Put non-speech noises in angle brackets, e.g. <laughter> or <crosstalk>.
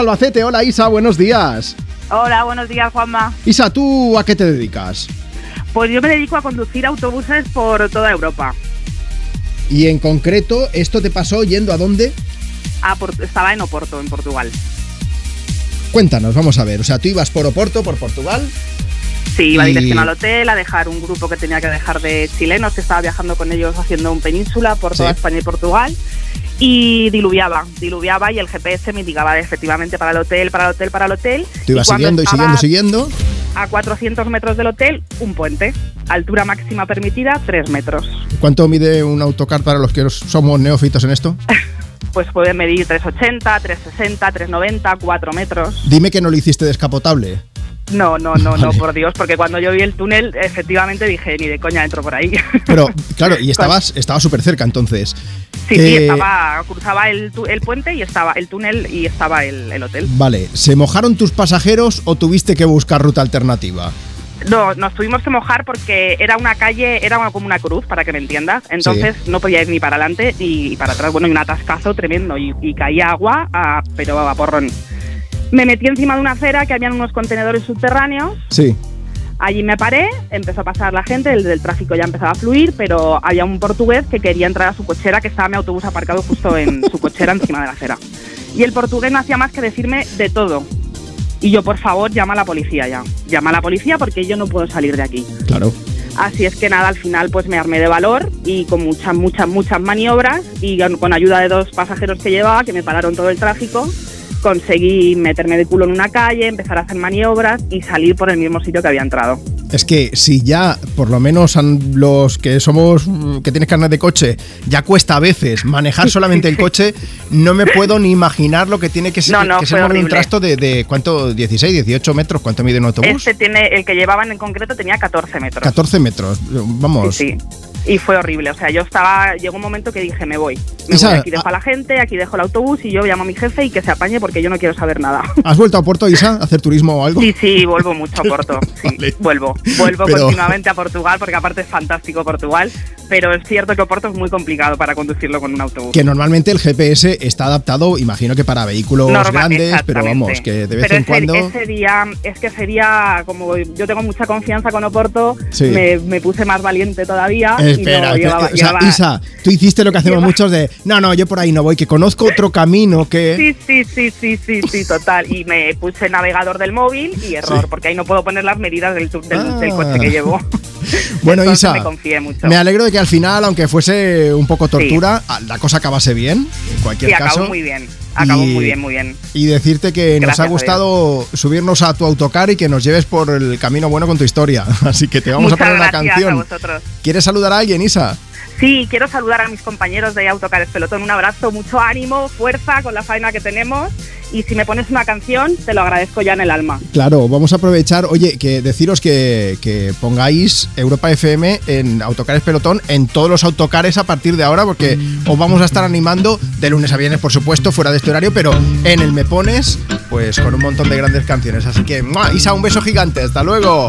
Albacete. Hola Isa, buenos días. Hola, buenos días, Juanma. Isa, ¿tú a qué te dedicas? Pues yo me dedico a conducir autobuses por toda Europa. Y en concreto, ¿esto te pasó yendo a dónde? A Port- Ah, estaba en Oporto, en Portugal. Cuéntanos, vamos a ver. O sea, tú ibas por Oporto, por Portugal. Sí, iba Y- dirección al hotel a dejar un grupo que tenía que dejar de chilenos que estaba viajando con ellos haciendo un península por toda Sí. España y Portugal y diluviaba, diluviaba y el GPS me indicaba efectivamente para el hotel, para el hotel, para el hotel. Tú ibas cuando siguiendo y estaba siguiendo, siguiendo. A 400 metros del hotel, un puente. Altura máxima permitida, 3 metros. ¿Cuánto mide un autocar para los que somos neófitos en <laughs> esto? Pues pueden medir 3,80, 3,60, 3,90, 4 metros. Dime que no lo hiciste descapotable. No, no, no, no, Vale. por Dios, porque cuando yo vi el túnel, efectivamente dije, ni de coña entro por ahí. <laughs> Pero, claro, y estabas estaba súper cerca entonces. sí, sí, Eh, estaba, cruzaba el, tu- el puente y estaba el túnel y estaba el, el hotel. Vale, ¿se mojaron tus pasajeros o tuviste que buscar ruta alternativa? No, nos tuvimos que mojar porque era una calle, era una- como una cruz, para que me entiendas. Entonces no podía ir ni para adelante ni para atrás. Bueno, y un atascazo tremendo y, y caía agua, a- pero a porrón. Me metí encima de una acera que habían unos contenedores subterráneos Sí. Allí me paré, empezó a pasar la gente, el del tráfico ya empezaba a fluir, pero había un portugués que quería entrar a su cochera, que estaba mi autobús aparcado justo en su cochera encima de la acera. Y el portugués no hacía más que decirme de todo. Y yo, por favor, llama a la policía ya. Llama a la policía porque yo no puedo salir de aquí. Claro. Así es que nada, al final pues me armé de valor y con muchas, muchas, muchas maniobras y con- con ayuda de dos pasajeros que llevaba, que me pararon todo el tráfico, conseguí meterme de culo en una calle, empezar a hacer maniobras y salir por el mismo sitio que había entrado. Es que si ya, por lo menos an- los que somos, mm, que tienes carnet de coche, ya cuesta a veces manejar solamente el coche, no me puedo ni imaginar lo que tiene que ser, No, no, que ser fue mover un horrible. trasto de, de, ¿cuánto? 16, 18 metros, ¿cuánto mide un autobús? Este tiene, el que llevaban en concreto tenía 14 metros. 14 metros, vamos. Sí, sí. Y fue horrible. O sea, yo estaba. Llegó un momento que dije, me voy. Me Isa, voy. Aquí dejo ah. a la gente, aquí dejo el autobús y yo llamo a mi jefe y que se apañe porque yo no quiero saber <laughs> nada. ¿Has vuelto a Puerto Isa a hacer turismo o algo? Sí, sí, vuelvo mucho <laughs> a Porto. Sí, Vale. vuelvo. Vuelvo Pero- continuamente a Portugal porque, aparte, es fantástico Portugal. Pero es cierto que Porto es muy complicado para conducirlo con un autobús. Que normalmente el GPS está adaptado, imagino que para vehículos Normal, grandes, pero exactamente. vamos, que de vez Pero en ese- cuando. Ese día, es que sería como yo tengo mucha confianza con Oporto, Sí. me, me puse más valiente todavía. Espera, y no, espera, llevaba- o sea, llevaba- Isa, tú hiciste lo que hacemos llevaba- muchos de, no, no, yo por ahí no voy, que conozco otro camino que... Sí, sí, sí, sí, sí, sí, total. Y me puse navegador del móvil y error, Sí. porque ahí no puedo poner las medidas del, tu- del, Ah. del coche que llevo. <laughs> Bueno, Entonces Isa, Me confié mucho. me alegro de que al final, aunque fuese un poco tortura, a- la cosa acabase bien, en cualquier Sí, caso. acabó muy bien. Acabó Y- muy bien, muy bien. Y decirte que Gracias nos ha a gustado subirnos a tu autocar y que nos lleves por el camino bueno con tu historia. <laughs> Así que te vamos Muchas a poner una gracias a canción. vosotros. ¿Quieres saludar a alguien, Isa? Sí, quiero saludar a mis compañeros de Autocar el Pelotón. Un abrazo, mucho ánimo, fuerza con la faena que tenemos. Y si me pones una canción, te lo agradezco ya en el alma. Claro, vamos a aprovechar, oye, que deciros que, que pongáis Europa FM en Autocares Pelotón, en todos los autocares a partir de ahora, porque os vamos a estar animando de lunes a viernes, por supuesto, fuera de este horario, pero en el Me Pones, pues con un montón de grandes canciones. Así que, ¡mua! Isa, un beso gigante, hasta luego.